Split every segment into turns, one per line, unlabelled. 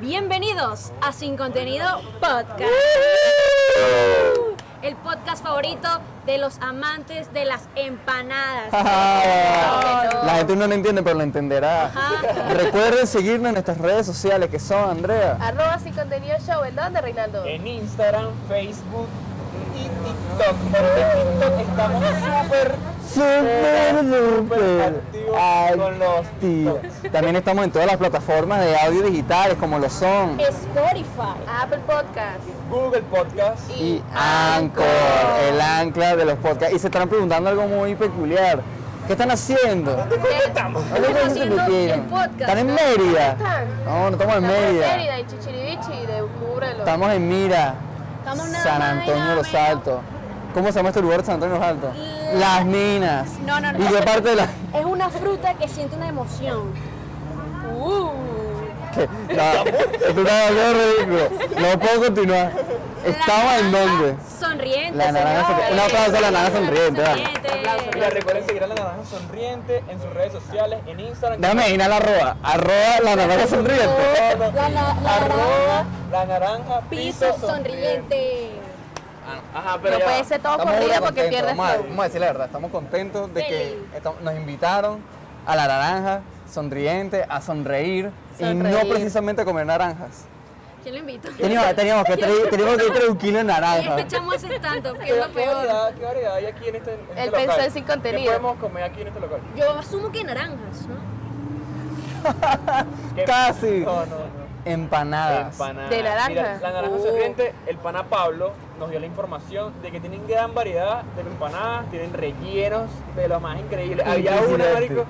Bienvenidos a Sin Contenido Podcast. El podcast favorito de los amantes de las empanadas. Claro que
La
no.
gente no lo entiende, pero lo entenderá.
Ajá.
Recuerden seguirnos en nuestras redes sociales que son Andrea.
Arroba sin contenido show, ¿en dónde, Reinaldo?
en Instagram, Facebook y TikTok. Porque en TikTok estamos súper
Super, super
activos con los
activos. También estamos en todas las plataformas de audio digitales como lo son
Spotify.
Apple Podcast.
Google Podcast.
y Anchor, el ancla de los podcasts. Y se están preguntando algo muy peculiar. ¿Qué están haciendo?
¿Cómo estamos?
No les preguntes
haciendo
lo
el
que quieran.
podcast,
Están en
¿no?
Mérida.
están?
No, no estamos en
Estamos en
Mérida.
Mérida y Chichiribichi de Cúbrelo.
Estamos en Mira,
Estamos nada
San
más y
Antonio
nada
de los
menos.
Altos. ¿Cómo se llama este lugar de San Antonio de los Altos?
La-
Las Minas.
No, no, no.
¿Y qué parte de la.?
Es una fruta que siente una emoción. Uh.
qué? No, esto está demasiado ridículo. No puedo continuar. ¿Estamos
La
en
naranja
dónde?
Sonriente.
La naranja
señores.
sonriente. Un aplauso a la naranja sonriente, dale.
Mira, recuerden seguir a la Naranja Sonriente en sus redes sociales, en Instagram.
Déjame imaginar la arroba. Arroba la naranja sonriente.
No, no.
La- la- la
Arroba
naranja.
la naranja
Piso sonriente.
Ajá, pero
No
ya
puede
va.
ser todo
Estamos
corrido
burda
porque
contentos,
pierdes
vamos a,
flow.
vamos a decir la verdad, estamos contentos de que
Feliz.
estamos- nos invitaron a la naranja sonriente, a sonreír, y no
Sonreír.
precisamente a comer naranjas.
¿Quién lo invito?
Teníamos, teníamos que traer, teníamos que traer un kilo de
Y
naranja.
este chamo hace stand-up, que
¿Qué,
es lo
qué
peor.
variedad, ¿Qué variedad hay aquí en este, en este
El
local?
pensar sin contenido.
¿Qué podemos comer aquí en este local?
Yo asumo que naranjas, ¿no?
¿Qué-
Casi.
No, no, no.
Empanadas.
Empanadas.
De naranja.
Mira, la naranja
Uh.
sonriente, el pana Pablo nos dio la información de que tienen gran variedad de empanadas, tienen rellenos de lo más increíble. Había una,
Impresionante.
marico,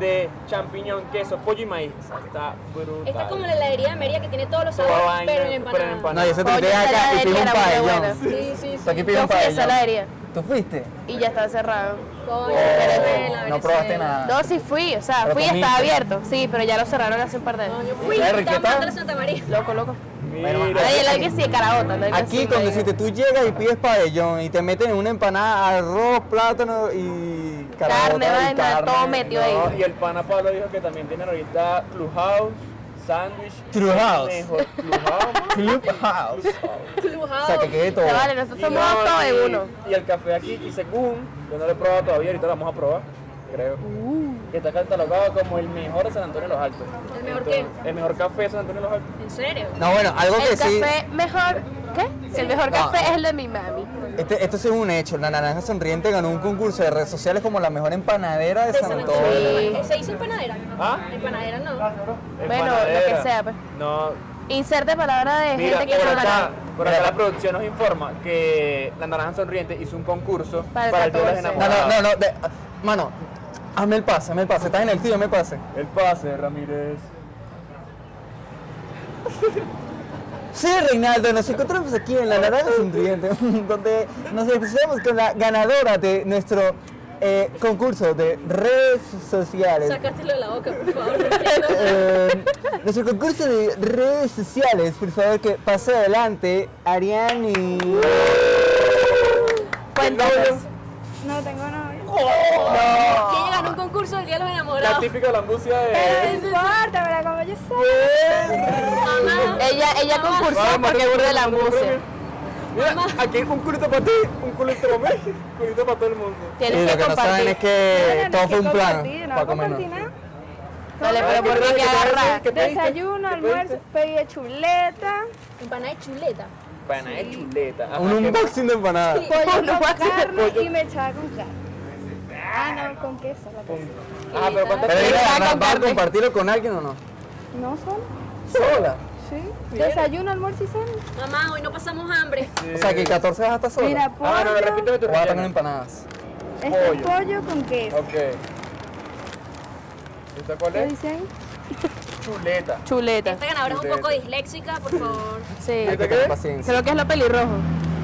de champiñón, queso, pollo y maíz. O sea, Está brutal.
Esta es como la heladería de Mérida que tiene todos los
Toda
sabores,
vaina,
pero en
pero en
empanada.
empanada.
no, yo se
Oye,
tripé acá y
esa
pido un
era muy
pabellón.
buena.
Sí, sí, sí.
Aquí pido
Yo
un
fui a
pabellón.
saladería
¿Tú fuiste?
y ya está cerrado.
Coño,
no
Venezuela, Venezuela.
probaste nada.
No, sí fui, o sea,
Ah. Pero
fui y estaba
comiste.
abierto, sí, pero ya lo cerraron hace un par de
No,
años.
yo fui,
Claro, ¿y
estaba
qué tal?
mandando a Santa María.
Loco, loco.
Mira,
Mira,
Ay, el que sí, de caraota. la que
Aquí
sí,
cuando
marico.
hiciste, tú llegas y pides pabellón y te meten en una empanada arroz, plátano y carabota
Carne,
y
vaina,
carne.
todo metido ahí.
No, y el pana Pablo dijo que también tienen ahorita Clubhouse, sándwich.
Clubhouse.
conejo, Clubhouse.
Clubhouse. O sea, que
Clubhouse.
quede todo.
Vale, nosotros somos
no,
dos
y-
en uno.
Y el café aquí, y según, yo no lo he probado todavía, ahorita lo vamos a probar, creo.
Uh.
Que está catalogado como el mejor de San Antonio de los Altos.
¿El mejor
El mejor café de San Antonio de los Altos.
¿En serio?
No, bueno, algo que
El
sí. Ah.
café mejor, ¿qué? Si el mejor
No.
café es el de mi mami.
Este- esto sí es un hecho. La naranja sonriente ganó un concurso de redes sociales como la mejor empanadera de
De
San
San
Antonio.
Antonio. ¿Se hizo empanadera?
¿Ah?
Empanadera no.
El
Bueno, lo
panadera.
que sea, pues.
No,
Inserte palabra de
mira,
gente que
por
no
acá,
ganado.
por acá la producción nos informa que la Naranja Sonriente hizo un concurso
Para
para,
el
el Día de los
14.
No,
Enamorados.
no, no, no. de- mano, hazme el pase, hazme el pase. Estás en el tío, hazme el pase.
El pase, Ramírez.
Sí, Reinaldo, nos encontramos aquí en La Naranja Sonriente, donde nos expresamos con la ganadora de nuestro eh, concurso de redes sociales.
Sacártelo de la boca, por favor.
Eh, nuestro concurso de redes sociales, por favor, que pase adelante, Ariani.
Cuéntanos.
¿Quién ganó un concurso del Día de los
La
Enamorados?
típica lambucia de...
Mamá.
Ella, ella
Mamá.
concursó porque burda de la angustia.
Mira, aquí un culito para ti, un culito para mí, un culito para todo el mundo.
Y
Tienes
lo
que
que no saben es
compartir.
que
no,
Eh, todo
no,
fue un
que
plan
compartí, no,
para
compartí
comernos.
nada.
Dale, pero ¿por qué hay que agarrar?
¿Qué pediste?
Desayuno,
¿Qué
almuerzo, pedí de chuleta,
Empanada de chuleta.
Pana de chuleta. Ajá,
Un
¿qué más?
unboxing de empanada.
pollo
No,
con
no,
carne
pollo.
y me echaba con carne. Ah, no, con queso. La cosa.
Ah, pero ¿cuántas
Pero
Sí,
mira,
va a
¿vas a
compartir.
compartirlo con alguien o no?
¿No son?
¿Sola?
Sí. Desayuno, almuerzo y cena.
Mamá, hoy no pasamos hambre.
O sea, que el 14 vas hasta sola.
Mira,
Ah, no, no,
pollo,
repíteme tu
o vas a tener
relleno.
empanadas.
este
pollo.
es pollo con queso.
Ok. ¿Esta cuál
¿Qué
es?
dice ahí?
Chuleta.
Chuleta.
Esta ganadora es un poco disléxica, por favor.
Sí.
Hay que tener paciencia.
Creo que es lo pelirrojo.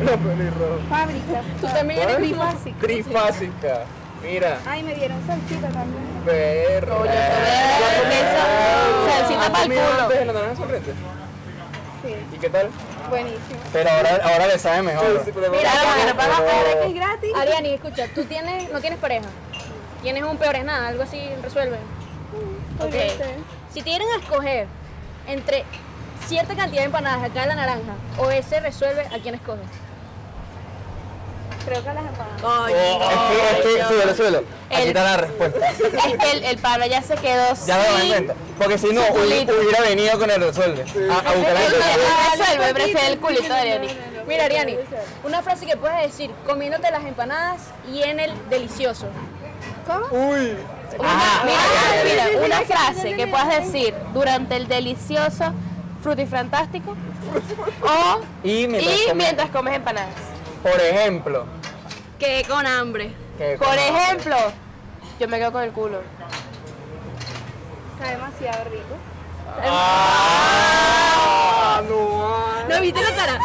La pelirroja.
Fábrica.
Tú también eres
Trifásica.
Trifásica. Mira.
Ay, me dieron salsita también.
Perro.
Eso. Salsita
¿Has
pa'l
comido
culo.
antes en la naranja sonriente?
Sí,
¿Y qué tal?
buenísimo.
Pero ahora, ahora le sabe mejor.
Mira, porque no pagas
Ahora que es gratis.
Ariani, escucha, tú tienes, no tienes pareja. Tienes un peor es nada, algo así, resuelve.
pues podría ser.
Si te dieran a escoger entre cierta cantidad de empanadas, acá la naranja, o ese resuelve a quién escoges.
Creo que las empanadas.
Ay,
Oh, es que, es que, súbelo, súbelo. Aquí
El-
está la respuesta.
Es que el, el Pablo ya se quedó
Ya me doy
sin-
cuenta. Porque si no,
Su
hubi-
culito.
hubiera venido con el resuelve. A, a buscar
Él
el resuelve.
no resuelve, prefiere el culito de Ariani.
Mira, Ariani, una frase que puedes decir comiéndote las empanadas y en el delicioso.
Uy.
Una, Ah, mira, mira,
sí, sí,
una
sí, sí,
frase
sí,
que
sí,
puedas
sí.
decir durante el delicioso frutifrantástico o
Y mientras
y
comes.
mientras comes empanadas.
Por ejemplo.
Quedé con hambre.
que-
Por ejemplo, yo me quedo con el culo.
Está demasiado rico.
Ah,
¿No viste la cara?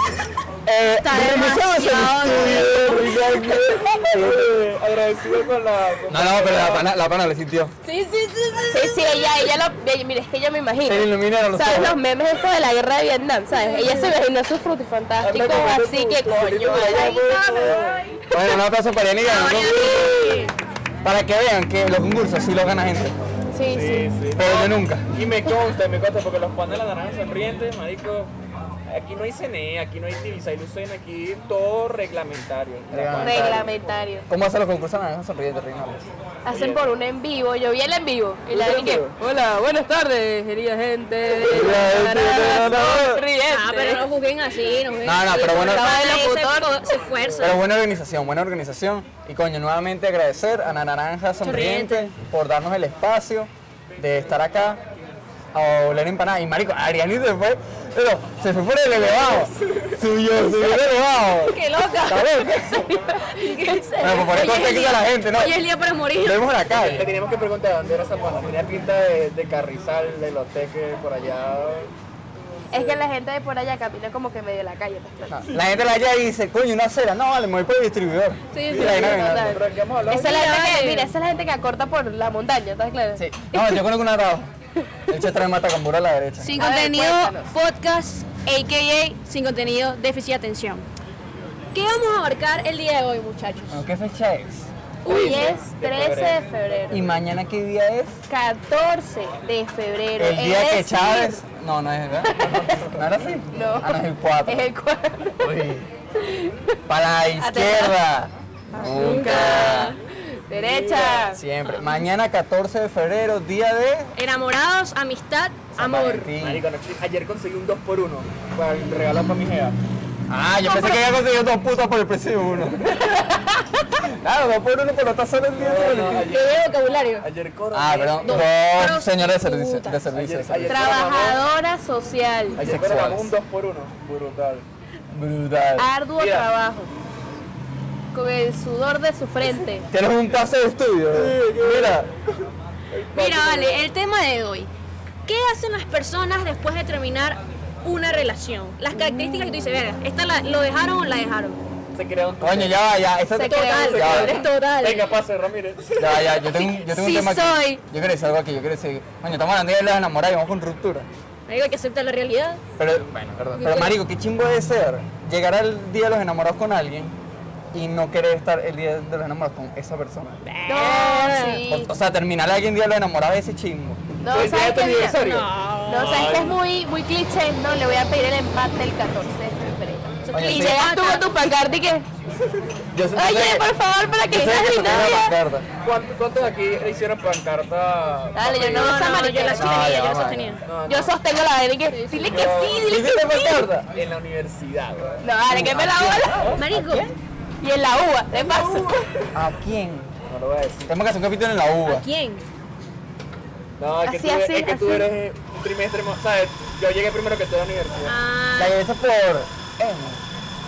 Eh,
Está
regresamos al
demasiado
estudio, Ricardo.
Agradecido con la.
No, no, pero la pana, la pana le sintió.
Sí, sí, sí, sí.
Sí, sí, ella, ella lo. ella- mira, es que yo me imagino.
Se le iluminaron los
¿Sabes
ojos.
los memes estos de la guerra de Vietnam? ¿Sabes? Ella se imaginó sus frutifantásticos, así que coño. ay,
pues. Bueno, un aplauso para Yanni ganando. Para que vean que los concursos sí los gana gente.
Sí, sí.
Sí, sí.
Pero yo nunca.
Y me consta, me consta, porque los pan de la naranja sonriente, marico, aquí no hay CNE, aquí no hay Divisa y Lucena, aquí todo reglamentario.
Reglamentario.
¿Cómo hacen los concursos naranja sonriente, Reinaldo?
Hacen por un en vivo, yo vi el en vivo. Y la vi que, hola, buenas tardes, querida gente. de la Naranja Sonriente".
Ah, pero no juzguen así, no juzguen
No, no,
así,
pero bueno-
porque
Estaba
nadie
el
se
locutor.
esfo- se esfuerza.
Pero buena organización, buena organización. Y coño, nuevamente agradecer a Naranja Sonriente por darnos el espacio de estar acá a oler empanada. Y marico, Ariani se fue, pero se fue por el elevado. Subió, subió el elevado.
¡Qué loca!
¿Sabes? Bueno, pues por
Hoy
eso
es el
técnica
día-
la gente, ¿no?
Hoy es el día para morir.
Vemos la
Le
calle.
teníamos que preguntar dónde era esa pana. Tenía pinta de, de carrizal, de los teques por allá.
Es que la gente de por allá camina como que medio en la calle. pues, claro.
No, La gente la llega y dice, coño, una cera. No, vale, me voy por el distribuidor.
Sí,
Y
sí,
la
sí,
vaina caminando.
total.
Pero aquí hemos hablado.
Esa es la
Mira,
gente que,
vale.
mira, esa es la gente que acorta por la montaña, ¿estás claro?
Sí. No, yo conozco una rabo. El chestre de Matacambura a la derecha.
Sin
A ver,
contenido,
cuéntanos.
podcast, a.k.a. sin contenido, déficit de atención. ¿Qué vamos a abarcar el día de hoy, muchachos?
Bueno, ¿Qué fecha es?
Hoy es 13 de febrero.
¿Y mañana qué día es?
14 de febrero.
El día
es
que
decir-
Chávez. No, no es verdad. ¿No era así?
No.
Ah, no, es el 4.
Es el 4.
Para la
Atención.
izquierda. Nunca.
Derecha.
Siempre. Mañana 14 de febrero, día de.
Enamorados, amistad,
San
amor.
Valentín.
Marico, no, ayer conseguí un 2x1 para regalar para mi jeva.
Ah, yo pensé que había conseguido dos putas por el precio de uno. claro, dos por uno, pero está solo el día de San
No,
Valentín.
¿Qué veo vocabulario?
Ayer coroné.
Ah, perdón.
Dos
Dos señores de servicio.
prostitutas.
De servicio. de
Ayer- ayer-
servicio.
Trabajadora social.
Ayer
Bisexuales.
regalamos un 2x1. Brutal.
Brutal.
Arduo
Mira.
trabajo. Con el sudor de su frente.
Tienes un pase de estudio. Mira.
Mira, vale, el tema de hoy. ¿Qué hacen las personas después de terminar una relación? Las características que tú dices, verga, esta la, lo dejaron o la dejaron.
Se creó un
Coño, ya va, ya. Esa
Se
Total,
creó,
Ya va.
total.
Venga, pase, Ramírez.
Ya, ya, yo tengo, un- yo tengo
Sí
un tema
soy.
aquí. Yo quiero decir algo aquí, yo quiero decir. Coño, estamos hablando de los enamorados y vamos con ruptura.
Marico, hay que aceptar la realidad.
Pero, bueno, perdón. Pero, marico, qué chingo debe ser llegar al día de los enamorados con alguien y no querer estar el día de los enamorados con esa persona.
No,
O,
sí.
o sea, terminar alguien día de los enamorados es ese chingo.
No,
¿Fue el día de
¿sabes
tu
qué? Mira,
aniversario?
No, sabes que es muy, muy cliché, no, le voy a pedir el empate el 14 de febrero.
Eso es
Oye,
cliché.
sí.
Llegas tú con tu pancarta y que,
Yo
oye, por favor, para que
yo sé
seas
que se
mi
pone la
novia.
pancarta.
¿Cuánto- ¿Cuántos aquí hicieron pancarta?
Dale, yo no,
No,
esa
no, yo la
mariquera.
Ah,
sostenía,
ya,
yo la
vamos.
sostenía.
No, no.
Yo sostengo la de él y que, dile que sí,
¿Sí
dile que
hiciste
sí.
pancarta?
En la universidad. güey.
No, dale, que me la bola.
Marico,
Y en la uva, de paso.
¿A quién?
No lo voy a decir.
Tenemos que hacer un capítulo en la uva.
¿quién?
No, es que,
Así,
tú,
así,
es que tú
así.
eres un trimestre más. ¿Sabes? Yo llegué primero que tú a la universidad.
Ah,
La eso por. M.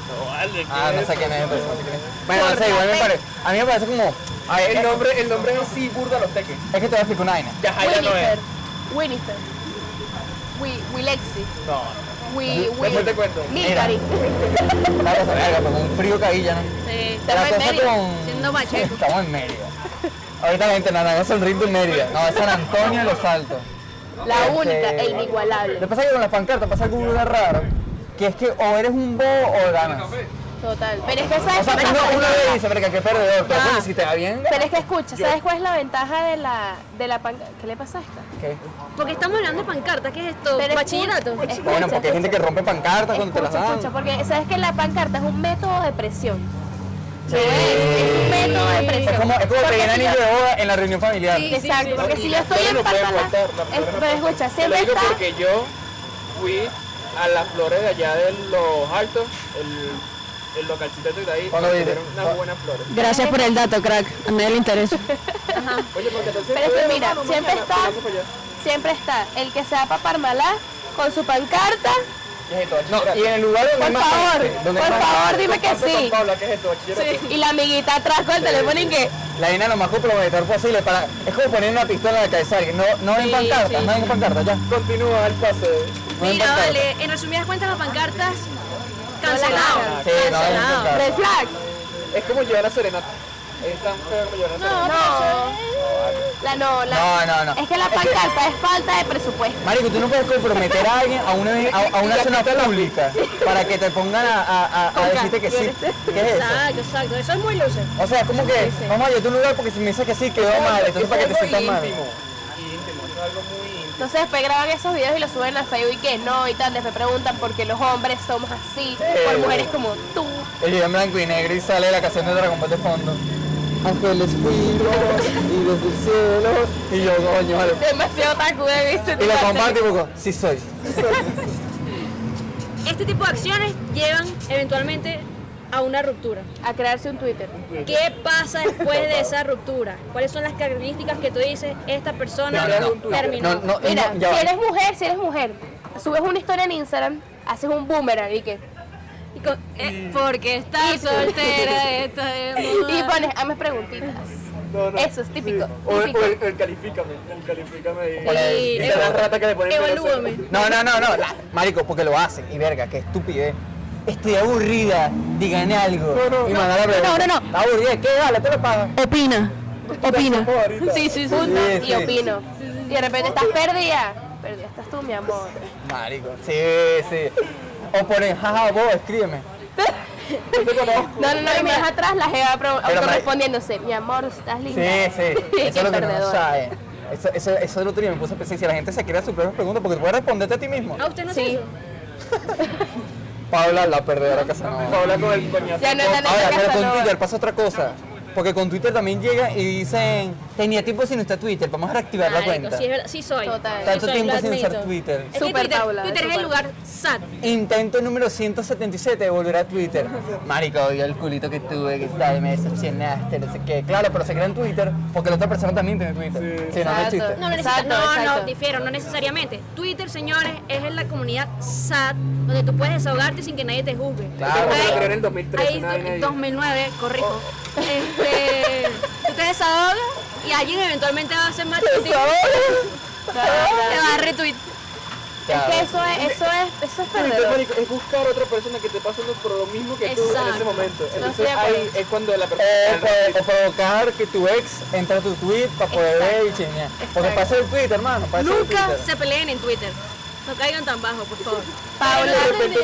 No, vale,
Ah, no sé quién es. pues, no sé quién es. Bueno, no sé, igual me parece. A mí me parece como. Ay,
El
es-
nombre, el nombre es así, burda los teques.
Es que te voy a explicar una vaina.
Ya, ya no es.
Winifred. Winifred. Wi- Wilexi.
No.
Wi- Wi-
Después te cuento.
Milcari.
La cosa verga, con un frío que ahí ya no.
sí.
Estamos
La
en
cosa
Mérida,
con-
siendo macheco.
Estamos en Mérida. Ahorita la gente, no, no, es el ritmo de Mérida. No, es San Antonio de los Altos.
La
Este,
única e inigualable.
Lo que pasa es que con las pancartas pasa algo muy raro, que es que o eres un bobo o ganas.
Total. Pero es que sabes
O sea,
que-
uno, uno ve y dice, verga, qué perdedor, pero
Ya.
bueno, si te va bien,
Pero es que escucha, ¿sabes cuál es la ventaja de la, de la pan- ¿Qué le pasa a esta?
¿qué?
Porque estamos hablando de pancartas, ¿qué es esto?
Pero escu-
Bachillerato.
escucha,
Bueno, porque hay gente que
escucha.
rompe pancartas cuando te las
Escucha, escucha,
dan.
porque sabes que la pancarta es un método de presión.
Sí.
Lo es, es un método de presión.
Es como, es como
Porque
pedir
si
anillo
yo-
de boda en la reunión familiar.
Sí.
Exacto, porque
Y
si yo
las
estoy
flores
en
no pueden
Panamá,
votar, las flores no
pero
pueden
escucha,
Te lo
siempre
digo
está
porque yo fui a las flores de allá de los altos, el, el localcito de ahí,
¿Cuándo
que
viste?
eran unas buenas flores.
Gracias por el dato, crack. A nadie le interesa.
Oye, porque entonces
Pero es que
eh,
mira,
hermano,
siempre
mañana,
está-
pedazo para allá.
siempre está el que se va para Parmalá con su pancarta.
¿Qué es esto?
No, y en el lugar donde
Por
más
favor,
gente, donde
por
más
favor,
gente.
dime que
Hazte con
sí.
Paula, ¿qué es esto? Bachillerato.
Y la amiguita atrás con el teléfono y que
La vaina lo más copla para estar posible para... Es como poner una pistola en la cabeza de alguien. No, no ven pancartas, no ven pancartas, ya. No
Continúa el pase.
ven
Mira,
pancartas.
vale, en resumidas cuentas las pancartas
hagan.
cancelado.
Sí, no ven
Cancelado.
pancartas.
red flag.
Es como llevar a Serenata. Es tan feo como llevar a Serenata.
No, la no, la.
No, no, no.
Es que la pancarta es falta de presupuesto.
Marico, tú no puedes comprometer a alguien a una, a, a una zona pública para que te pongan a, a, a- a decirte que sí. ¿Qué es eso?
Exacto, exacto. Eso es muy loser.
O sea, es como que vamos a ir a tu lugar porque si me dices que sí, quedó mal. Entonces, para que te
Es algo
sientas mal.
íntimo. Íntimo, eso es algo muy íntimo.
Entonces después graban esos videos y los suben a Facebook y que no y tal. Después preguntan por qué los hombres somos así,
Eh,
por mujeres como tú.
El video en blanco y negro y sale la canción de Dragon Ball de fondo. Ángeles fuimos y desde el cielo. Y yo, coño, vale.
Demasiado tacu de viste.
Y la comparte y poco, sí soy.
Este tipo de acciones llevan eventualmente a una ruptura.
A crearse un Twitter.
¿Qué pasa después de esa ruptura? ¿Cuáles son las características que tú dices esta persona
No, no, no.
terminó?
No, no,
Mira,
ya va.
si eres mujer, si eres mujer, subes una historia en Instagram, haces un boomerang y que
Y con- eh, porque estás soltera, esta de moda.
y pones hazme preguntitas.
No, no.
Eso es típico.
O, o
típico.
el, el califícame, el califícame ahí.
O la-
Y
Y te das rata que le ponen menos
evalúame.
cero.
No, no, no, no. la- marico, porque lo hacen. Y verga, qué estupidez. Estoy aburrida, díganme algo. No, no, y mandar la pregunta.
no, no, no.
"Está aburrida, ¿qué? Dale, te lo pago.
Opina. Opina.
Sí, sí, sí. Punto
Sí, sí.
y opino. Y de repente estás perdida. Perdida estás tú, mi amor.
Marico, sí, sí. O ponen, jaja, vos, escríbeme.
No, no, no, y me das atrás la jeva pro-
Pero, Mari-
autorrespondiéndose. Mi amor, estás linda.
Sí, sí.
Qué
Eso es lo que no
perdedora.
sabe. Eso, eso, eso el otro día me puse a pensar, si la gente se crea sus propias preguntas, porque tú puedes responderte a ti mismo.
Ah, usted no
Sí.
hace eso?
Paula, la perdedora que se no.
Paula con el coñazo.
Ya no es la
Ahora,
negra
pero con
Casanova.
Twitter pasa otra cosa. Porque con Twitter también llega y dicen, tenía tiempo sin usar Twitter, vamos a reactivar la
Marico,
cuenta.
Sí, es verdad. sí soy.
Total.
Sí
Tanto
soy,
tiempo
lo
sin usar
admito.
Twitter.
Es que
Super
Twitter,
Paula,
Twitter es el
super.
lugar sad.
Intento número 177 de volver a Twitter. Marico, yo el culito que tuve, que tal, me decepcionaste, no sé qué. Claro, pero se crea en Twitter porque la otra persona también tiene Twitter. Sí, no, no es
Exacto.
chiste.
No, no,
Exacto,
necesita- no,
exacto.
no, difiero, no necesariamente. Twitter, señores, es en la comunidad SAT, donde tú puedes desahogarte sin que nadie te juzgue.
Claro,
Ahí-
claro.
Creo en el 2013,
ahí-
nadie, nadie.
2009, corrijo.
Oh.
Este, tú te desahogas y alguien eventualmente va a hacer más te, te va a retweet.
Es
Claro.
que eso es, eso es, eso es
Pero entonces,
perdedor.
marico, es buscar otra persona que te pase lo- por lo mismo que tú en
Exacto.
ese momento.
estoy
Entonces
de acuerdo.
ahí es cuando la persona...
O, pro- o Eh, provocar que tu ex entre a tu tweet para poder ver y chismear. Porque pasa el Twitter, hermano. Para eso es el
Nunca
Twitter.
se peleen en Twitter. No caigan tan bajo, por favor.
Paula,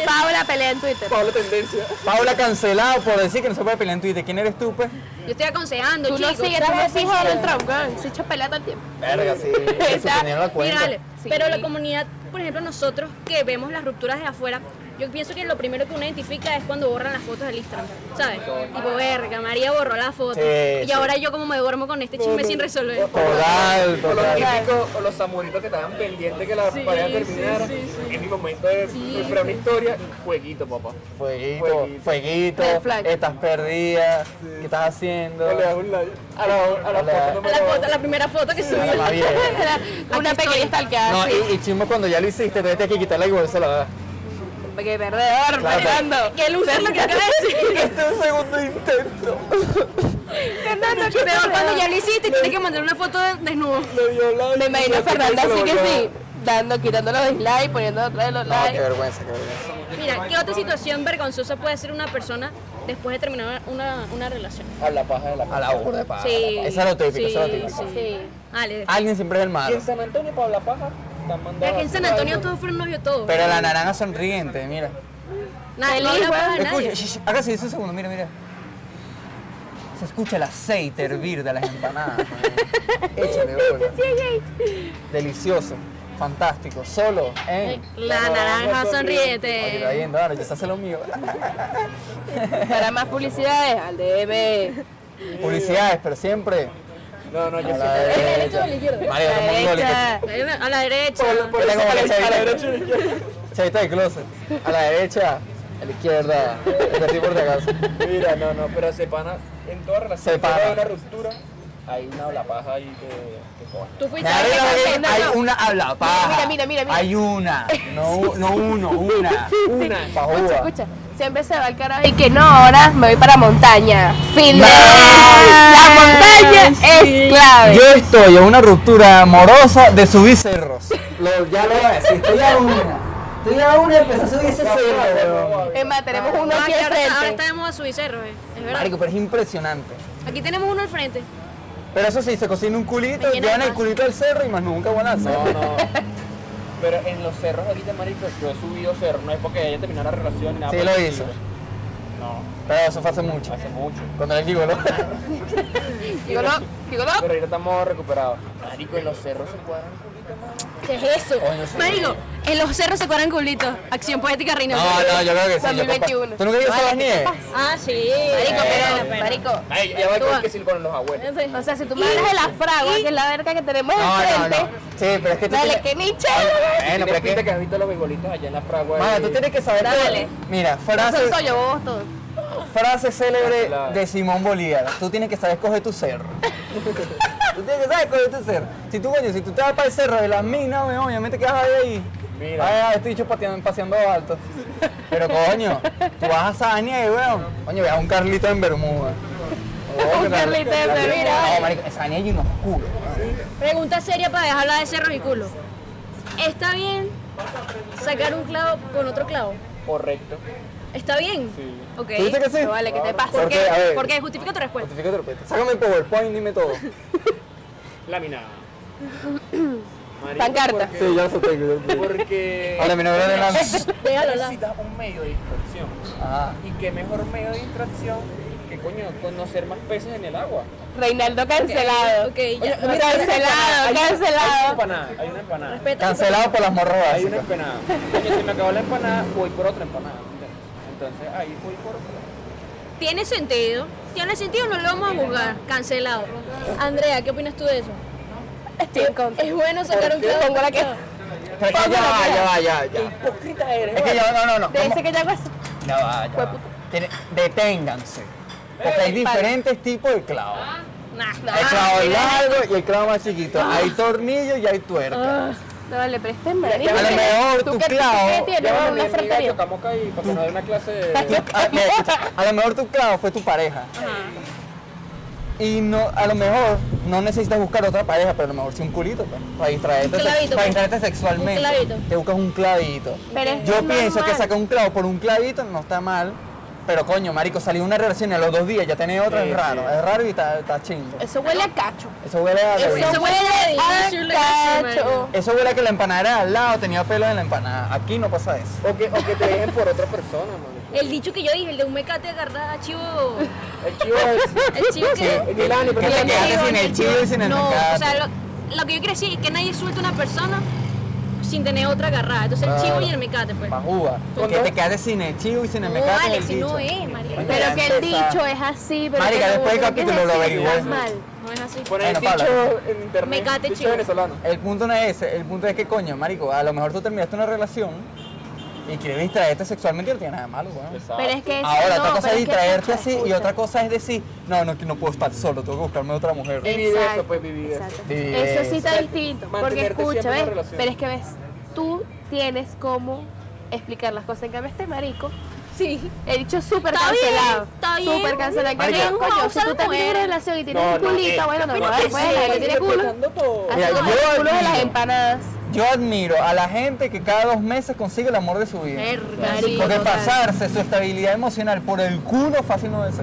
Paula pelea en Twitter.
Paula tendencia.
Paula cancelado por decir que no se puede pelear en Twitter. ¿Quién eres tú, pues?
Yo estoy aconsejando,
Tú no
chicos.
sigues, tú no sigues a Donald Trump, weón. Se echa pelea todo el tiempo.
Verga, sí.
Está-
suspendieron la
Mira,
cuenta.
Ale,
Sí.
Pero la comunidad, por ejemplo, nosotros que vemos las rupturas de afuera, yo pienso que lo primero que uno identifica es cuando borran las fotos del Instagram, ¿sabes? Tipo, verga, María borró la foto.
Sí,
y
sí.
ahora yo como me duermo con este chisme sin resolver.
Total,
O los
total.
típicos, o los samuritos que estaban pendientes que la pareja terminara. En mi momento de preparar una historia, jueguito, papá.
Fueguito,
Fueguito.
fueguito,
Red flag.
estás perdida, ¿qué estás haciendo?
O le das un like a la, a
Hola.
la foto
A la,
número
foto, la primera foto que subí.
A la más vieja.
Una pequeña stalkeada.
No,
Ah,
sí.
y, y chismo cuando ya lo hiciste, entonces tienes que quitarla y volvérsela a dar.
Qué perdedor,
Claro.
Fernando.
Que loser lo que acaba de decir.
Este es el segundo intento.
Fernando, qué
Pero cuando ya
perdedor.
lo hiciste, tienes que mandar una foto de- desnudo.
Le dio like,
Me imagino a
la tipa
Fernando
se
así que
volvió-
sí. Dando, quitando los dislikes, poniendo otra vez los
No, qué
likes.
vergüenza, qué vergüenza.
Mira, ¿qué otra situación vergonzosa puede hacer una persona después de terminar una, una relación?
A la paja de la A la burda de paja.
Sí,
Eso Ah, es lo típico, eso es lo
sí,
típico. Ah,
Sí.
Ale.
Alguien siempre es el
Y en
malo.
San Antonio, Paula Paja, están mandando.
Pero que en San Antonio todos fueron novios todos.
Pero la naranja sonriente, mira.
Nadie le
No,
habla
igual.
paja a
Escucha,
Ah, nadie.
sh- sh- acá se dice un segundo, mira, mira. Se escucha el aceite hervir de las empanadas. man. Échale bola. Delicioso, fantástico, solo en
La naranja
Oye, está
sonriente.
yendo, ahora ya se hace lo mío.
Para más publicidades, al DM.
Publicidades, pero siempre.
No, no, yo
A la derecha. María,
A la
te pongo el-
derecha.
A la derecha.
Yo tengo
a
derecha
la-
y
a la
izquierda. Chavita de closet. A la derecha, a la izquierda. Pero sí, por si acaso.
Mira, no, no, pero se pana en toda relación.
Se pana.
Hay una ruptura, hay una la paja ahí que, que coja.
Tú fuiste
Nadie
a
la ve,
No,
hay
no.
una habla paja.
Mira, mira, mira, mira.
Hay una, no, no uno, una. una. Pajúa.
Escucha, escucha. Siempre se va el carajo y que no, ahora me voy para montaña. Fin de- La montaña es clave.
Yo estoy a una ruptura amorosa de subir cerros. Lo- ya lo voy a decir, estoy a una. Estoy a una y empecé a subir ese cerro, weón.
Es más, tenemos uno
Ah,
aquí
que
al
ahora, ahora
frente.
está de moda Suicerro, eh. es verdad.
Marico, pero es impresionante.
Aquí tenemos uno al frente.
Pero eso sí, se cocina un culito,
Me llena
llevan
de
el
más.
culito al cerro y más nunca van al cerro.
No, no. Pero en los cerros aquí de Marico, yo he subido cerros, no es porque haya terminado la relación ni nada.
Sí,
por
lo
el
hizo.
estilo. No,
Pero eso fue hace mucho.
hace mucho.
Cuando él digo, ¿no?
Digo, no, digo, no.
Pero ahorita estamos recuperados. Marico, en los cerros se cuadran.
¿Qué es eso? Marico, en los cerros se cuadran culitos. Acción poética reina.
No, no, yo creo que sí. Yo
2021.
compa- ¿Tú nunca ibas a las nieves?
Ah, sí. Vale
Marico,
la
pero,
pena.
marico.
Ay, ya va con que sí con los abuelos.
O sea, si tú me hablas de la fragua, que es la verga que tenemos
No, no,
enfrente.
no. Este Sí, pero es que tú
Dale,
tienes-
que niche.
Bueno, pero
Tienes
es
pinta
que...
que has visto los bigolitos allá en la fragua.
Mano,
y-
tú tienes que saber
Dale.
todo. Mira,
Son
frases...
coño vos todos.
Frase célebre
Claro.
de Simón Bolívar. Tú tienes que saber coger tu cerro. tú tienes que saber coger tu cerro. Si tú, coño, si tú te vas para el cerro de las minas, weón, obviamente que vas a ver ahí.
Mira.
Ay, ay, estoy dicho pateando, paseando alto. Pero coño, tú vas a Sania y weón. Coño, ve a un Carlito en Bermuda.
Un Carlito en Bermuda.
No, marico, Sania y uno oscuro.
Pregunta seria para dejar hablar de cerros y culo. ¿Está bien sacar un clavo con otro clavo?
Correcto.
¿Está bien?
Sí.
Ok.
¿Tú dices que sí?
No vale, que te pasa?
¿Por
¿Qué?
qué? A ver.
¿Por qué? Justifica tu respuesta.
Justifica tu respuesta. Sácame el PowerPoint, dime todo.
Laminada. Marico,
Pancarta.
Sí, ya lo tengo.
Porque.
Ahora mi novela de Lance.
Déjalo hablar.
necesitas un medio de distracción.
Ah,
Y qué mejor medio de distracción que coño, conocer más peces en el agua.
Reinaldo cancelado.
Ok, ya.
Mira, Cancelado,
Hay una
cancelado.
empanada, hay una empanada.
Respeta.
cancelado por las morroas.
Hay una empanada. Coño, si me acabó la empanada, voy por otra empanada. ¿entiendes? Entonces ahí voy por otra.
Tiene sentido. Tiene sentido, no lo vamos a juzgar. Cancelado. Andrea, ¿qué opinas tú de eso?
Estoy en contra.
Es bueno sacar un clavo con
Pongo la
otro
que-
clavo.
Pero es que ya va, ya va, ya, ya.
Hipócrita eres.
Es que ya va, no, no, no.
Te
¿Cómo?
dice que ya hago eso.
Ya va, ya va. Tiene- Deténganse. Porque hay diferentes tipos de clavos.
Nah,
El clavo largo y el clavo más chiquito. Hay tornillo y hay tuerca.
No vale, pero este marido.
A lo
¿qué-
mejor
tú
tu
qué- tú
clavo-
¿Qué tienes?
Llama a mi
Una
amiga de
ferretería.
Chocamocay para que nos dé una clase de...
Tú- a, Ah, mira, escucha, a lo mejor tu clavo fue tu pareja. Y no, a lo mejor no necesitas buscar otra pareja, pero a lo mejor sí un culito pues, para distraerte,
Un clavito,
para
pues.
distraerte sexualmente.
Un clavito.
Te buscas un clavito.
Pero es
Yo pienso que
normal.
sacar un clavo por un clavito no está mal, pero coño, marico, salir de una relación y a los dos días ya tenés otra,
Sí,
es raro,
sí.
es raro y está, está chingo.
Eso huele a cacho.
Eso huele a...
Eso huele a
cacho.
Eso huele a que la empanada era al lado, tenía pelo en la empanada. Aquí no pasa eso.
O que, o que te dejen por otra persona, man.
El dicho que yo dije, el de un mecate agarrada, chivo.
El chivo es...
El chivo que.
El Milani,
Que te
pero-
quedaste sin el chivo y sin el
No,
mecate.
o sea, lo, lo que yo quiero decir es que nadie suelta a una persona sin tener otra agarrada. Entonces el chivo
Claro.
y el mecate, pues.
Pajúa. Porque te quedaste sin el chivo y sin el
No
mecate.
vale,
del
si no
dicho.
es, marica.
Coño,
Pero
ya
que el
empezá.
dicho es así, pero
Marica,
que
después del
creo que es
capítulo lo
así,
averiguo.
estás mal.
No es así.
Poner el
Bueno, Pablo.
dicho en internet.
Mecate
dicho
chivo.
venezolano.
El punto no es ese, el punto es que coño, marico, a lo mejor tú terminaste una relación y quieres distraerte sexualmente y no tiene nada de malo, weón.
Pero es que eso
Ahora,
no,
otra cosa
pero
es
que-
distraerte
escucha,
así y
escucha.
otra cosa es decir, no, no, que no puedo estar solo, tengo que buscarme otra mujer.
Eh, Vivir
Exacto,
eso, pues, vivir eso.
exacto.
Vivir
Eso sí
eso.
está distinto. Porque
Mantenerte
escucha,
siempre en
¿ves?
una relación.
Pero es que ves, tú tienes cómo explicar las cosas. En cambio, este marico,
Sí.
he dicho súper
Está bien,
cancelado.
está bien.
Súper cancelado. En
Marica.
cambio, coño, si
Usa
tú
las
terminas una
mujeres.
relación y tienes
No,
un
no,
culito,
eh,
bueno, no,
pero
jodas,
que
pues,
sí,
la que tiene culo.
Respetando todo.
Así
Mira,
como
yo
el culo de las
admiro.
empanadas.
Yo admiro a la gente que cada dos meses consigue el amor de su vida.
Verga,
sí.
Porque
total.
pasarse su estabilidad emocional por el culo fácil no es.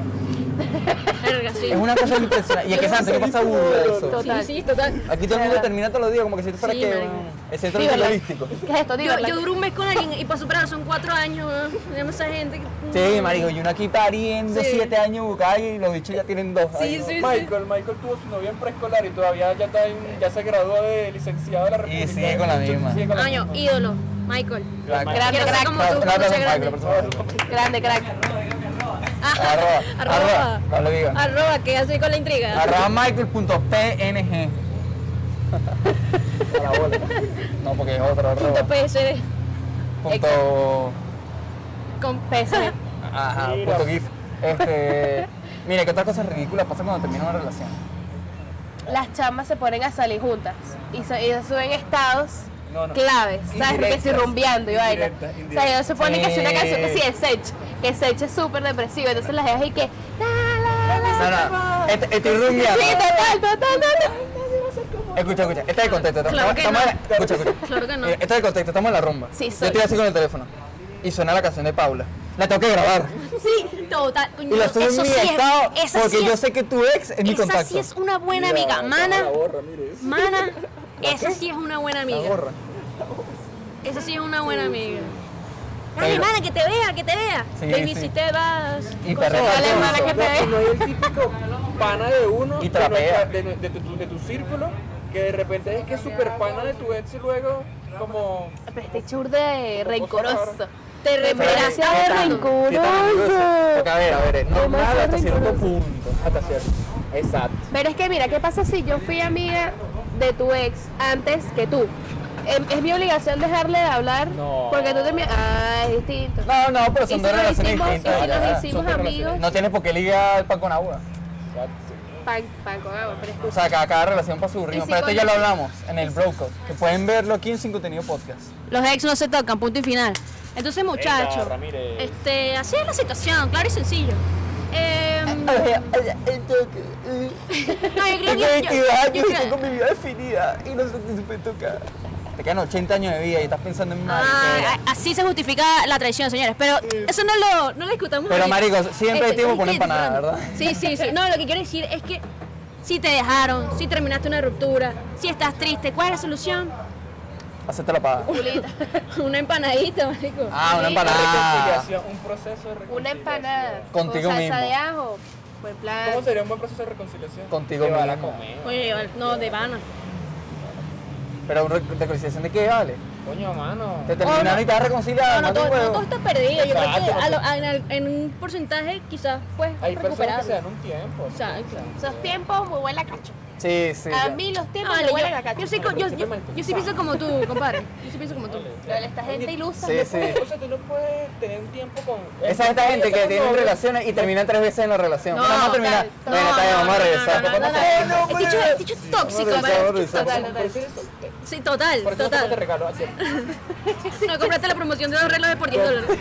Verga, sí.
Es una cosa impresionante. Y es que Santos, ¿qué pasa burda de eso?
Total.
Sí, sí, total.
Aquí todo el mundo termina todos los días como que si esto fuera
Sí,
que
marico.
un- el centro
Sí, ¿verdad?
turístico.
¿Qué es esto?
Yo,
Díganla.
yo duré un mes con alguien y para superarlo son cuatro años, weón. Tenemos esa gente. que-
Sí, marico, y uno aquí pariendo
Sí.
siete años bucal y los bichos ya tienen dos.
Sí,
Ay,
sí, sí.
Michael, Michael tuvo su novia en preescolar y todavía ya, está en- ya se graduó de licenciado de la República.
sigue con la misma.
Sigue con la
Año,
misma.
ídolo, Michael.
crack.
Grande
Quiero ser
crack.
como
Un
tú,
aplauso
cuando sea
para Michael,
grande.
por favor.
Grande crack.
Ajá.
Arroba, arroba, no lo digas.
Ah, Arroba, que así con la intriga.
Arroba michael.png. A la bola. No, porque es otro
Punto
arroba.
PSD.
Punto.
Con peso.
Ajá,
Mira.
punto gif. Este. Mira, que otras cosas ridículas pasan cuando termina una relación.
Las chamas se ponen a salir juntas y, se- y suben estados
No, no.
claves, ¿sabes? Que
Indirectas.
si rumbeando y vaina.
Indirectas,
O sea, ellos se ponen que si una
Sí.
canción que si es Sech, que Sech es súper depresivo, entonces las dejas y que. La, la, la,
No, Este, no, est- estoy rumbeando.
Sí, total, total, total.
Escucha, escucha, este es el contexto.
Claro
Estamos,
que no.
estamos en la- escucha, escucha.
Claro que no.
Eh, Este es el contexto, estamos en la rumba.
Sí,
Yo
soy.
estoy así con el teléfono. Y suena la canción de Paula. La tengo que grabar.
Sí, total.
Y la subo en
Eso
mi
sí es-
estado
esa
porque
sí
yo
es-
sé que tu ex es mi
Esa
contacto.
sí es una buena
Mira,
amiga.
la
Mana,
borra, mire, es-
mana, esa sí es una buena
La
amiga.
gorra.
Esa sí es una buena amiga. Dale,
Pero-
mana, que te vea, que te vea.
Sí,
Baby,
sí.
si te vas.
Y
con-
te reto a
Dale,
todo
hermana,
eso.
que te-
No, y no hay el típico pana de uno
Y
de, nuestra-
trapea.
de, de tu, de tu círculo que de repente es que es super pana de tu ex y luego como
Pero Este chur de rencoroso.
Te
Gracias
reemplaza.
de
Sí, está nerviosa.
rencoroso.
Porque a ver, a ver, es
Demasiado
normal hasta cierto
rencoroso.
punto. Hasta cierto. Exacto.
Pero es que mira, ¿qué pasa si yo fui amiga de tu ex antes que tú? Em, Es mi obligación dejarle de hablar
No.
porque tú te mi- Ah, es distinto.
No, no, pero
¿Y si
son dos
nos
relaciones
hicimos-
distintas.
y si
ya,
nos
ya,
hicimos
son dos relaciones.
amigos?
No tienes por qué ligar el pan con agua.
Pan, pan con agua, pero
O
escucha.
sea, cada, cada relación para su ritmo.
si
Pero esto
con-
ya lo hablamos en el broadcast. Que pueden verlo aquí en Sin Contenido Podcast.
Los ex no se tocan, punto y final. Entonces, muchachos,
Ramírez.
este, así es la situación, claro y sencillo. Em, no, yo creo
Tengo
que- yo-
22 años
yo
y
creo-
tengo mi vida definida y no sé qué se puede tocar. Te quedan 80 años de vida y estás pensando en mal.
Ah, a- así se justifica la traición, señores. Pero eso no lo, no lo discutamos.
Pero,
ahorita.
marico, siempre hay
Este,
tiempo
es
para
que-
una empanada, ¿verdad?
Sí, sí, sí. No, lo que quiero decir es que si te dejaron, si terminaste una ruptura, si estás triste, ¿cuál es la solución?
Hacerte la paga.
una empanadita, marico.
Ah, una
Sí,
empanada.
Reconciliación, un proceso de reconciliación.
Una empanada
Contigo
con salsa
mismo.
de ajo. Buen plan.
¿Cómo sería un buen proceso de reconciliación?
Contigo
Llevar a
mismo.
comer.
Oye, vale, no, de vana.
Pero una reconciliación de qué vale.
Coño, mano.
Te terminaron y te vas reconciliado.
Oh, No, no, todo, no, todo está perdido. Yo creo que
Exacto,
a lo- a- en, al- en un porcentaje quizás pues
Hay personas que se
recuperable.
dan un tiempo.
Exacto.
Esos tiempos muy buena cacho.
Sí, sí.
A
ya.
mí los
No,
tiempos
vale,
me huelen a
yo,
cacho.
yo, sí, co- yo, yo, yo sí pienso como tú, compadre. Yo sí pienso como tú.
Pero esta gente ilusa.
Sí,
no
sí.
O sea, tú no puedes tener un tiempo con.
Esa es esta gente que tiene
relación
relaciones y termina tres veces en la relación.
No,
No, vamos a terminar.
tal,
Bueno, está bien, vamos a regresar.
No, no, no, no, no, no, no. El dicho- el dicho es tóxico,
Vamos a regresar,
¿vale?
vamos a regresar.
Total, total.
Sí, total,
Por eso no te
total.
regalo ayer.
No compraste la promoción de dos relojes por 10 dólares.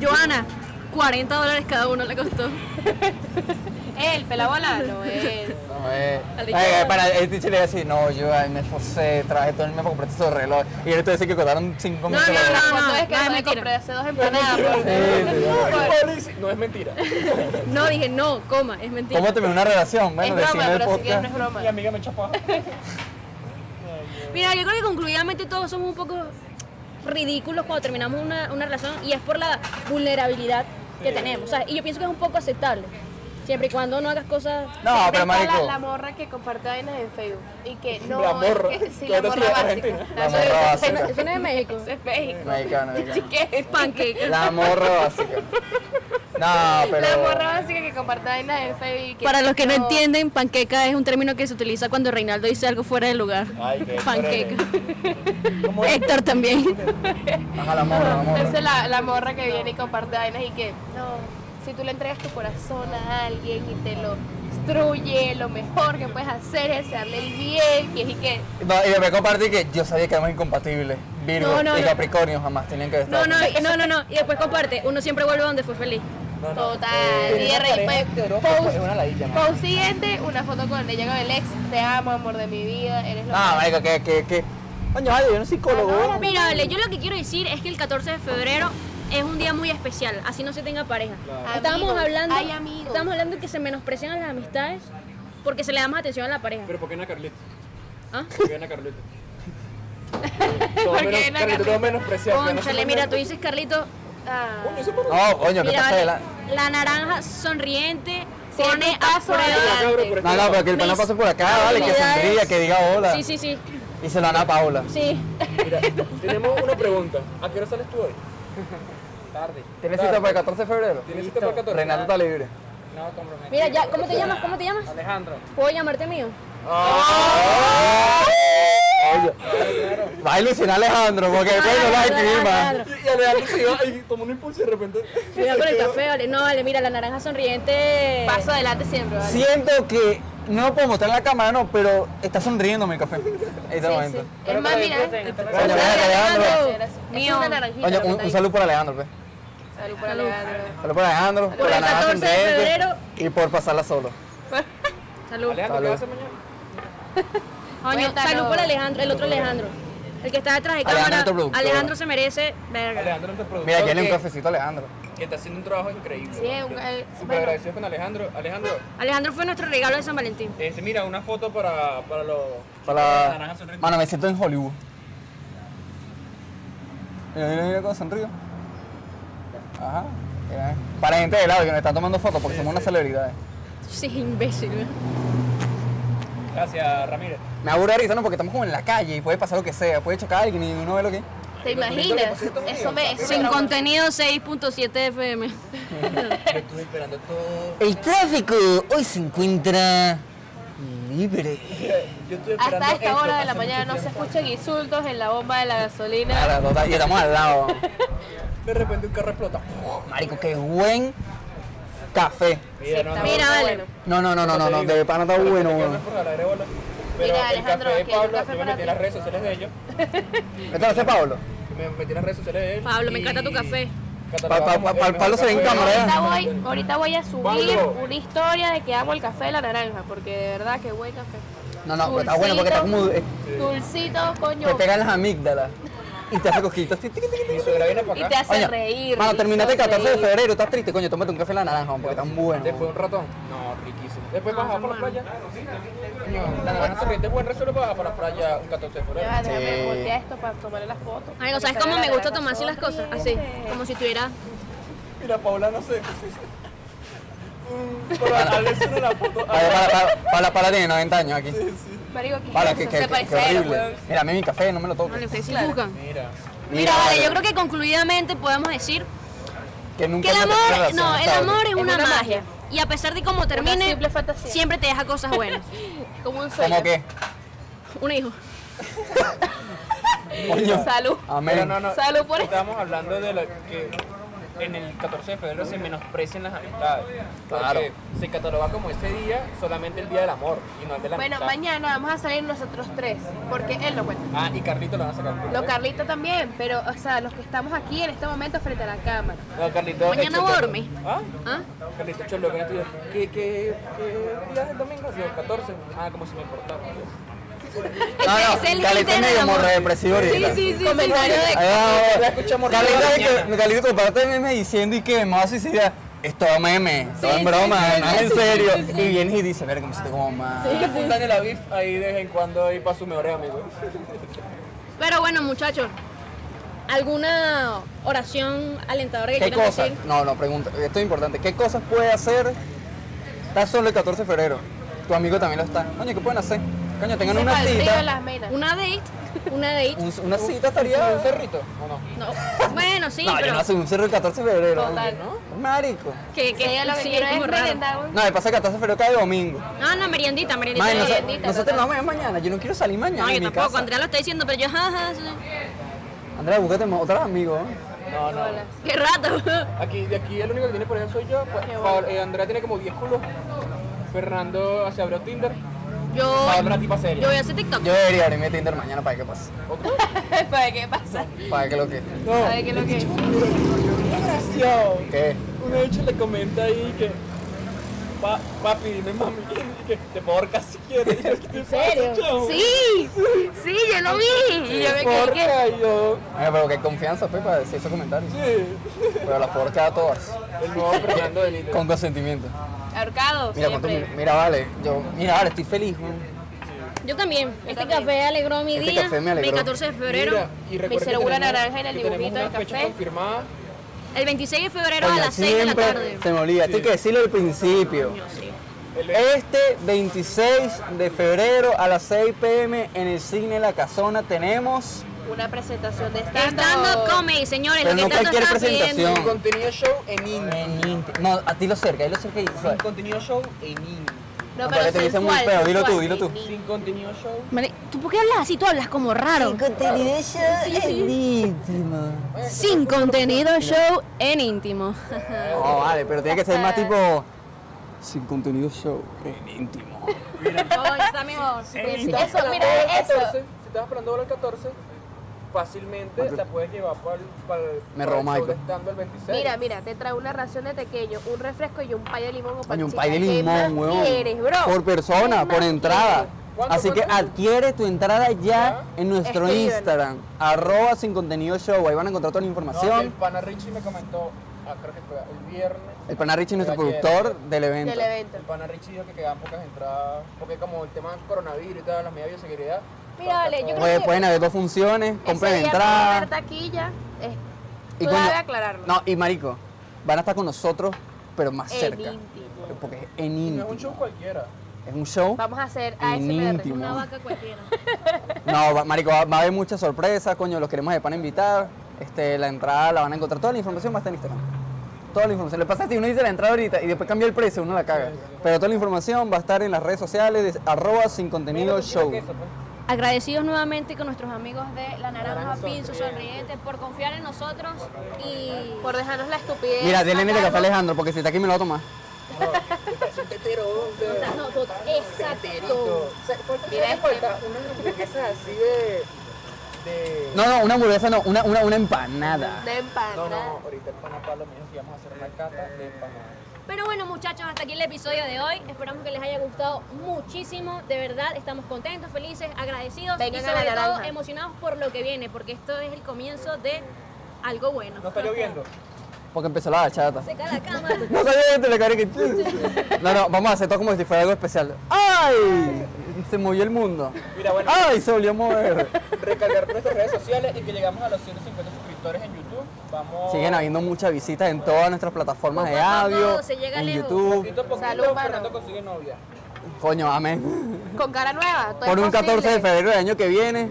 Joana, 40 dólares cada uno le costó.
El pelabola no es.
No, eh,
Al
ay,
Ricardo.
ay, para el teacher le iba a decir, no, yo ay, me esforcé, trabajé todo el mes para comprarte esos relojes. Y él te decía que costaron 5 mil
no,
dólares.
no,
¿Cuánto
no,
es que
no, es
me
mentira.
compré hace dos empanadas?
No es mentira.
No, dije, no, coma, es mentira.
¿Cómo terminó una relación?
Es
Bueno,
broma,
decime el
pero si quieres
podcast.
no es broma.
Mi amiga me chapó.
Mira, yo creo que concluidamente todos somos un poco ridículos cuando terminamos una, una relación y es por la vulnerabilidad que tenemos. ¿sabes? Y yo pienso que es un poco aceptable. Siempre y cuando no hagas cosas.
No,
Siempre
pero
está la-
marico.
La morra que comparte vainas en Facebook. Y que no.
La morra.
Es que, sí,
Tú
la
eres
morra
argentina.
básica.
La morra
Eso
básica.
Eso no es de México.
es México.
Mexicano, mexicano.
¿Qué?
Pancake.
La morra básica. No, pero.
La morra básica que comparte vainas en Facebook. y que
Para los que no
no
entienden, panqueca es un término que se utiliza cuando Reinaldo dice algo fuera de lugar.
Ay, qué
Panqueca.
¿Cómo es?
Héctor también.
Ajá, la morra, la morra.
Entonces la, la morra que viene y comparte vainas y que no, si tú le entregas tu corazón a alguien y te lo destruye, lo mejor que puedes hacer es darle el bien y es y que
No, y me compartí que yo sabía que éramos incompatibles. Virgo
No, no,
y
no.
Capricornio jamás tenían que
No,
estar.
no, y- no, no, no. Y después comparte. Uno siempre vuelve donde fue feliz.
total.
Eh,
y de
esa pareja
repente
hetero, pues, es una ladilla,
post,
man.
post siguiente, una foto con ella con el ex, te amo, amor de mi vida, eres lo
Ah,
más.
marico, que, que, que.
Ah,
Coño, vale, yo no soy psicólogo.
Mira, Ale, yo lo que quiero decir es que el 14 de febrero es un día muy muy especial, así no se tenga pareja.
Claro.
Estábamos
Amigos,
hablando,
hay amigos.
estábamos hablando de que se menosprecian a las amistades porque se le da más atención a la pareja.
Pero ¿por qué Ana Carlita?
¿Ah?
¿Por qué Ana Carlita? Todo
¿Por qué
menos,
Ana
Carlita, todo
Carlita?
menos preciado.
Conchale, mira, tú dices Carlito,
Ah.
Coño, eso parece-
No, coño, ¿qué
mira,
pasa de la.?
vale, la naranja sonriente
Sí,
pone
tú
a
paso
prueba.
adelante.
Cabro, por este
No, no,
lado.
pero que el pana
Mis
pase por acá, vale, que
habilidades.
sonría, que diga hola.
Sí, sí, sí,
Y se lo dan a Paula.
sí.
Mira,
pues-
tenemos una pregunta. ¿A qué hora sales tú hoy? Tarde.
¿Tienes cita para el 14 de febrero?
¿Tienes cita para el 14?
Renato está libre.
No, comprometido.
Mira, ya, ¿cómo te llamas? ¿Cómo te llamas?
Alejandro.
¿Puedo llamarte mío?
Oye, va a ilusionar a Alejandro, porque después no va a escribir más.
Alejandro.
Y Alejandro se iba y tomó un impulso y de repente.
Cuidado con el café, vale. No, vale, mira, la naranja sonriente.
Paso adelante siempre, ¿vale?
Siento que no lo puedo mostrar en la cámara, no, pero está sonriendo mi café. En este momento.
Es más, mira.
Coño,
Saluda
ven,
Alejandro.
Alejandro.
Gracias. Es
Mío.
una naranjita,
Oye, un,
la nota
un
ahí.
saludo por Alejandro, pues.
Salud por Alejandro.
Salud por Alejandro, por,
el
la nada
14 de
ascendente
febrero.
y por pasarla solo.
Salud.
Alejandro, ¿qué
Salud.
vas a hacer mañana?
Coño,
Cuéntanos.
salud por Alejandro, el otro Alejandro. El que está detrás de
Alejandro,
cámara.
nuestro productor.
Alejandro se merece. Verga.
Alejandro, nuestro productor.
Mira, aquí le un
que-
cafecito a Alejandro.
Que está haciendo un trabajo increíble.
Sí, es un- eh,
Súper
bueno.
agradecido con Alejandro. Alejandro,
Alejandro fue nuestro regalo de San Valentín.
este, mira, una foto para, para los.
Para...
Naranja sonriente.
Mano, me siento en Hollywood. Mira, mira, mira cómo sonrío. Ajá. mira. eh. Para gente de lado que nos está tomando fotos porque somos unas celebridades.
Sí, imbécil.
Gracias, Ramírez.
Me aburre ahorita, ¿no? Porque estamos como en la calle y puede pasar lo que sea. Puede chocar a alguien y uno ve lo que...
¿Te imaginas? Eso me eso
Sin
me trauma.
contenido 6.7 FM.
Estuve esperando todo.
El tráfico hoy se encuentra libre.
Yo estuve
Hasta esta hora de la mañana no se escuchan insultos en la bomba de la gasolina.
Claro, total, y estamos al lado.
De repente un carro explota.
Oh, marico, qué buen café.
Mira, no, no,
Mira,
Está
vale.
bueno.
No, no, no, no, no, no, de pana está
Pero
bueno,
te
bueno.
quedas por jalar de bola. Pero
Mira,
el
Alejandro,
café de
aquí hay un
Pablo,
café
yo me
para
metí
ti.
en las redes sociales de ellos.
¿Esto lo hace Pablo?
Me metí en las redes sociales de él.
Pablo, me
y
encanta tu café.
catalogado
Pa- pa-
como
pa-
el mejor
Pablo se ve en
café.
cámara, ¿eh?
Ahorita voy, ahorita voy a subir
Pablo.
una historia de que amo el café de la naranja, porque de verdad que buen café.
No, no, pero está bueno porque está como. eh,
Dulcito,
Te
coño.
pegan las amígdalas y te hace cosquillitas. Tic, tic, tic, tic.
Mi suegra viene para
Y
acá.
te hace
Oye,
reír.
Mano,
te
terminaste el
hizo
14 de
reír.
febrero, estás triste, coño, tómate un café en la naranja, porque están buenos.
Después un ratón. No, riquísimo. Después bajamos por la playa. No, la naranja sonriente es buen resuelto para, para la playa un 14 de febrero.
Ya, déjame voltear esto para tomarle las fotos.
Amigo, ¿sabes cómo me gusta tomar así las cosas? Así, como si tuviera...
Mira, Paula, no sé. Mm, Para darle solo la foto.
Vale, para, para, para, para, tiene 90 años aquí.
Marico, ¿qué
Para,
es
que,
eso?
que,
Se
que, que
parece a él,
horrible.
weón.
Mira, a mí mi café no me lo toco.
Vale, ustedes sí juzgan.
Mira.
Mira, vale, yo creo que concluidamente podemos decir
que nunca
que el
me termina la
amor,
relación,
no, el
¿sabes?
amor es
una
una
magia.
magia. Y a pesar de cómo
Una
termine,
simple fantasía.
siempre te deja cosas buenas.
Como un sueño.
¿Cómo qué?
Un hijo.
Coño.
Salud.
Pero
Amén.
no, no.
Salud por eso.
Estábamos hablando de la que en el 14 de febrero se menosprecian las amistades. Porque
Claro.
Se cataloga como ese día solamente el día del amor y no el de la
Bueno,
amistad.
mañana vamos a salir nosotros tres, porque él lo cuenta.
Ah, y Carlito lo van a sacar.
Lo Carlito también, pero, o sea, los que estamos aquí en este momento frente a la cámara.
No, Carlito.
Mañana
eh,
duerme.
¿Ah?
¿Ah?
Carlito Cholo, que no estudia. ¿Qué, qué, qué día es el domingo? Sí, el 14. Ah, como si me importaba.
No, no,
Es el
Caleta es
líder
medio
del amor.
morro depresivo ahorita.
Comentario de...
Ah,
escuchamos
Caleta,
radio
que- Caleta, comparte meme diciendo y que me vas a suicidar. Es todo meme, todo en broma, no es en serio. Y vienes y dices, verga, me siento como más.
Hay que fundar el Aviv ahí de vez en cuando ahí para sus mejores amigos.
Pero bueno, muchachos, ¿alguna oración alentadora que
¿Qué
quieran
cosas?
decir?
No, no, pregunta, esto es importante. ¿Qué cosas puede hacer? Está solo el 14 de febrero. Tu amigo también lo está. Coño, ¿qué pueden hacer? Coño, tengan
Se
una
fue al río de
cita.
las menas.
Una date, una date.
Un- una cita estaría un cerrito.
¿O no?
No, bueno, sí,
no, yo
pero
no hace un cerro el 14 de febrero.
Total,
¿no? Marico.
que, que
Que ella lo que
sí,
quiere
es
es
como raro.
merendar un-
No, me pasa que el 14 de febrero cae domingo.
No, no, meriendita, meriendita.
Madre, noso-
bendita,
nosotros nos vamos a ir mañana. Yo no quiero salir mañana.
no,
de
yo
mi
tampoco,
casa.
Andrea lo está diciendo, pero yo, ajá, ajá, sí.
Andrea, búscate más otros amigos. ¿eh?
No, no.
qué rato.
Aquí, de aquí el único que tiene por ejemplo soy yo. Pa-
Qué bueno.
Pablo- eh, Andrea tiene como 10 culos. Fernando ah, se abrió Tinder.
Yo,
Pablo, una tipa
yo
seria.
voy a hacer TikTok.
Yo debería abrirme Tinder mañana para que pase.
¿Para qué pasa?
Para que lo que.
No,
¿Para qué lo que
qué gracioso.
¿Qué?
Uno de hecho le comenta ahí que pa- papi, dime mami, y que te puedo ahorcar si quieres. Y yo, ¿qué te
serio?
pasa, chavo?
Sí, sí, yo lo vi. Y yo me quedé que.
Porca, y yo,
Ay, pero qué confianza, pues, para decir esos comentarios.
sí.
Pero las puedo ahorcar a todas.
El nuevo Fernando del Inter.
Con consentimiento.
Ahorcado,
Mira, cuánto-
siempre.
mira, vale, yo, mira, vale, estoy feliz, weón.
Yo también. Este café alegró mi
Este
día.
café me alegró.
El 14 de febrero.
Mira, y recuerda que
hicieron una
tenemos-
naranja en el
que tenemos
dibujito
una
del
fecha
café.
confirmada.
El 26 de febrero
Coño,
a las 6 de la
siempre
tarde.
Se me olvida, esto hay que decirlo al principio.
El-
Este 26 de febrero a las 6 pm en el cine La Casona tenemos,
Una presentación de stand-up.
Stand
Ah,
up comedy, señores.
pero
lo
no
que tanto
cualquier
están
presentación.
pidiendo.
Contenido show en indie.
En Inter- No, a ti lo cerca, ahí lo cerca y
Sin contenido show en indie.
No,
Porque
pero
te dicen muy
sensual,
feo, dilo tú,
sensual,
dilo tú.
ni-
Sin contenido show.
Vale, ¿Tú por qué hablas así? Tú hablas como raro.
contenido show en íntimo.
Sin contenido show en íntimo.
No, Oh, vale, pero tiene que ser más tipo. Sin contenido show en íntimo.
No, está mejor.
Si estás
Eso,
esperando
mira,
el
eso.
14, si estás esperando ahora el 14, fácilmente la puedes llevar para el. Para el
Me
para el
robó
show de
Michael.
stand-up el 26.
Mira, mira, te traigo una ración de tequeño, un refresco y un pay de limón. o
Coño, un
parchita.
pay de
¿Qué más
limón, huevón.
quieres, bro?
Por persona,
¿Qué
por
más
entrada.
¿Cuánto,
Así que
cuánto?
adquiere tu entrada ya en nuestro
Escríbenos.
Instagram, arroba sin contenido show. Ahí van a encontrar toda la
No, que el
información.
pana Richie me comentó, ah, creo que fue el viernes.
El pana Richie, nuestro
Ayer.
productor del
quieres?
evento.
Del evento.
El pana Richie dijo que quedaban pocas entradas, porque como el tema del coronavirus y tal, las medidas de bioseguridad.
Mira,
está-
Ale,
está
yo
todo-
creo-
Puede- pueden haber dos funciones, compren
Ese día no va a haber
entrada.
taquilla. Es
Y
todavía
coño,
aclararlo.
No, y marico, van a estar con nosotros, pero más
en
cerca.
íntimo.
Porque es en
No es
íntimo.
un show cualquiera.
Es un show.
Vamos a ah, hacer
En
ASMR.
íntimo.
Una vaca.
cualquiera.
No, va- marico, va, va a haber muchas sorpresas, coño, los queremos de pan invitar. Este, la entrada la van a encontrar, toda la información va a estar en Instagram. Toda la información. Lo que pasa es que uno dice la entrada ahorita y después cambia el precio, uno la caga. Pero toda la información va a estar en las redes sociales de arroba sin contenido show.
Agradecidos nuevamente con nuestros amigos de La Naranja Pinzo Sonriente por confiar en nosotros y
Por dejarnos la estupidez.
Mira, denle mi
acá,
café a
¿no?
Alejandro, porque si está aquí me lo va a tomar.
No, no, exacto.
Mira, este-
así de. de...
No, no, una hamburguesa no, una, una, una empanada.
una
No, no,
empanada.
ahorita el pana Pablo me dijo que íbamos a hacer una cata de empanadas.
Pero bueno muchachos, hasta aquí el episodio de hoy. Esperamos que les haya gustado muchísimo. De verdad, estamos contentos, felices, agradecidos
Vengan
y
a la
sobre todo
naranja.
emocionados por lo que viene, porque esto es el comienzo de algo bueno.
No está lloviendo.
Porque empezó la bachata.
Seca la cámara.
No sabía esto, le cabré que. No, no, vamos a hacer todo como si fuera algo especial. ¡Ay! Se movió el mundo.
Mira, bueno.
¡Ay! Se volvió a mover.
Recargar nuestras redes sociales y que llegamos a los 150 suscriptores en YouTube. Vamos.
Siguen habiendo muchas visitas en todas nuestras plataformas de
Poco a poco
audio,
se llega
en
lejos.
YouTube.
Poquito a poquito,
Salud, mano.
Fernando consigue novia.
Coño, amén.
Con cara nueva. todo es
Por un 14 de
posible.
febrero del año que viene,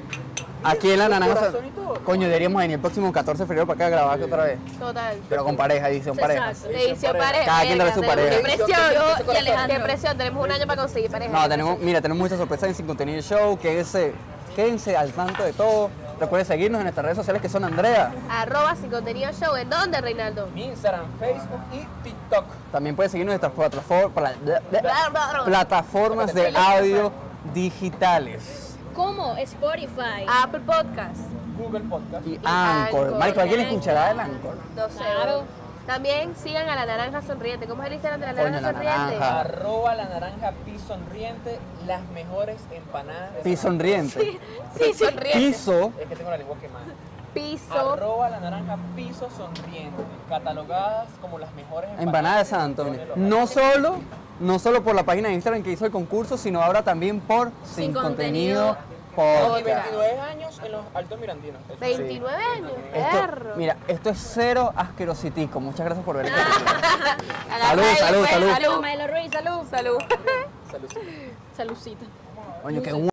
aquí en la naranja.
corazón y todo.
Coño, deberíamos venir el próximo 14 de febrero para acá a grabar otra vez.
Total.
Pero con pareja, edición pareja.
Exacto.
Le hizo pareja.
Cada quien trae su
Verga,
pareja.
Qué presión.
Yo y Alejandro.
Qué presión. Tenemos un año para conseguir pareja.
No, tenemos, mira, tenemos muchas sorpresas en Sin Contenido Show. Quédense, quédense al tanto de todo. Recuerden seguirnos en nuestras redes sociales que son Andrea.
Arroba sin contenido show. ¿En dónde, Reinaldo?
Instagram, Facebook y TikTok.
También pueden seguir nuestras plataform- pla- bla- bla-
Bla, bla, bla.
plataformas de audio digitales.
Como Spotify.
Apple Podcast.
Google Podcast.
Y Anchor.
Anchor.
Marico, ¿alguien escuchará el Anchor?
No sé.
Claro.
También sigan a la naranja sonriente. ¿Cómo es el Instagram de la
Coño,
naranja
la
sonriente?
naranja.
Arroba la naranja pi sonriente, las mejores empanadas. de
Pi
San Andrés.
sonriente.
Sí, sonriente.
Piso.
Es que tengo la lengua quemada.
Piso.
Ah, Arroba la naranja piso sonriente, catalogadas como las mejores
Empanada de San Antonio. No solo, no solo por la página de Instagram que hizo el concurso, sino ahora también por Sin,
Sin
Contenido,
Contenido
Y
Podcast.
29 años en los Altos Mirandinos. Eso.
29 años.
Esto,
perro.
mira, esto es cero asquerositico. Muchas gracias por ver este
A la
salud,
calle,
salud,
pues,
salud.
salud.
Maelo Ruiz, salud.
Salud.
Saludcita.
Salucita.
Coño, qué